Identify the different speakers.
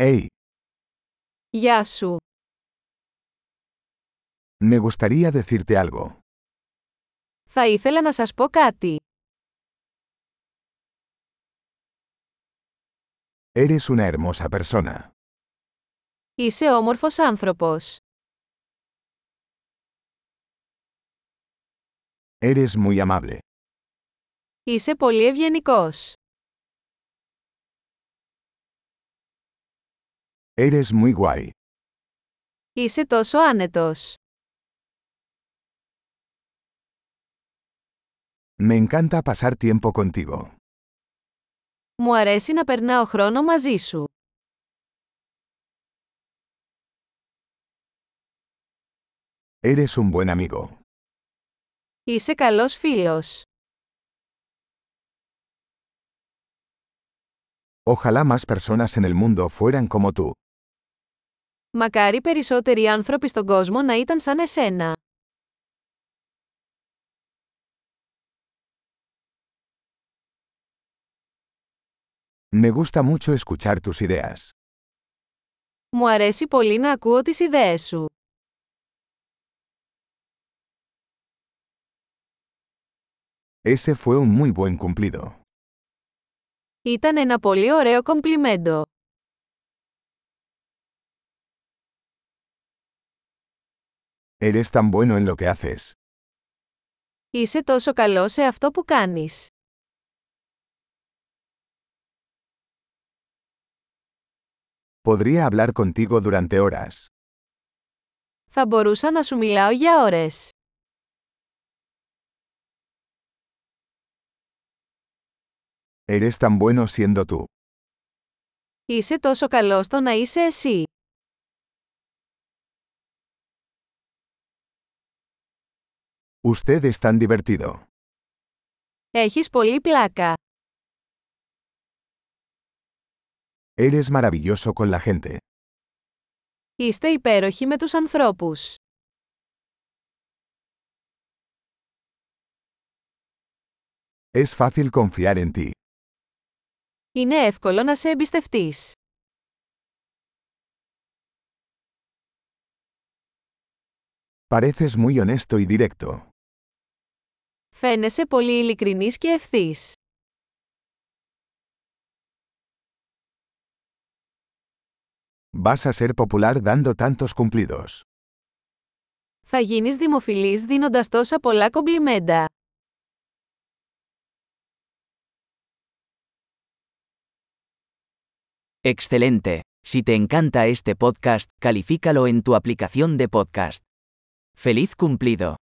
Speaker 1: Hey,
Speaker 2: Γεια σου.
Speaker 1: me gustaría decirte algo.
Speaker 2: Θα ήθελα να σας πω κάτι.
Speaker 1: Eres una hermosa persona.
Speaker 2: Είσαι όμορφος άνθρωπος.
Speaker 1: Eres muy amable.
Speaker 2: Είσαι πολύ ευγενικός.
Speaker 1: Eres muy guay.
Speaker 2: Είσαι τόσο άνετος.
Speaker 1: Me encanta pasar tiempo contigo.
Speaker 2: Μου αρέσει να περνάω χρόνο μαζί σου.
Speaker 1: Eres un buen amigo.
Speaker 2: Είσαι καλός φίλος.
Speaker 1: Ojalá más personas en el mundo fueran como tú.
Speaker 2: Μακάρι περισσότεροι άνθρωποι στον κόσμο να ήταν σαν εσένα.
Speaker 1: Me gusta mucho escuchar tus ideas.
Speaker 2: Μου αρέσει πολύ να ακούω τις ιδέες σου.
Speaker 1: Ese fue un muy buen cumplido.
Speaker 2: Ήταν ένα πολύ ωραίο κομπλιμέντο.
Speaker 1: Eres tan bueno en lo que haces.
Speaker 2: Είσαι τόσο καλό σε αυτό που κάνεις.
Speaker 1: Podría hablar contigo durante horas.
Speaker 2: Θα μπορούσα να σου μιλάω για ώρες.
Speaker 1: Eres tan bueno siendo tú.
Speaker 2: Είσαι τόσο καλό στο να είσαι εσύ.
Speaker 1: Usted es tan divertido.
Speaker 2: Έχεις πολύ πλάκα.
Speaker 1: Eres maravilloso con la gente.
Speaker 2: Είστε υπέροχοι με τους ανθρώπους.
Speaker 1: Es fácil confiar en ti.
Speaker 2: Είναι εύκολο να σε εμπιστευτείς.
Speaker 1: Pareces muy honesto y directo.
Speaker 2: Φαίνεσαι πολύ ειλικρινής και ευθύς.
Speaker 1: Vas a ser popular dando tantos cumplidos.
Speaker 2: Θα γίνεις δημοφιλής δίνοντας τόσα πολλά κομπλιμέντα.
Speaker 3: Excelente. Si te encanta este podcast, califícalo en tu aplicación de podcast. ¡Feliz cumplido!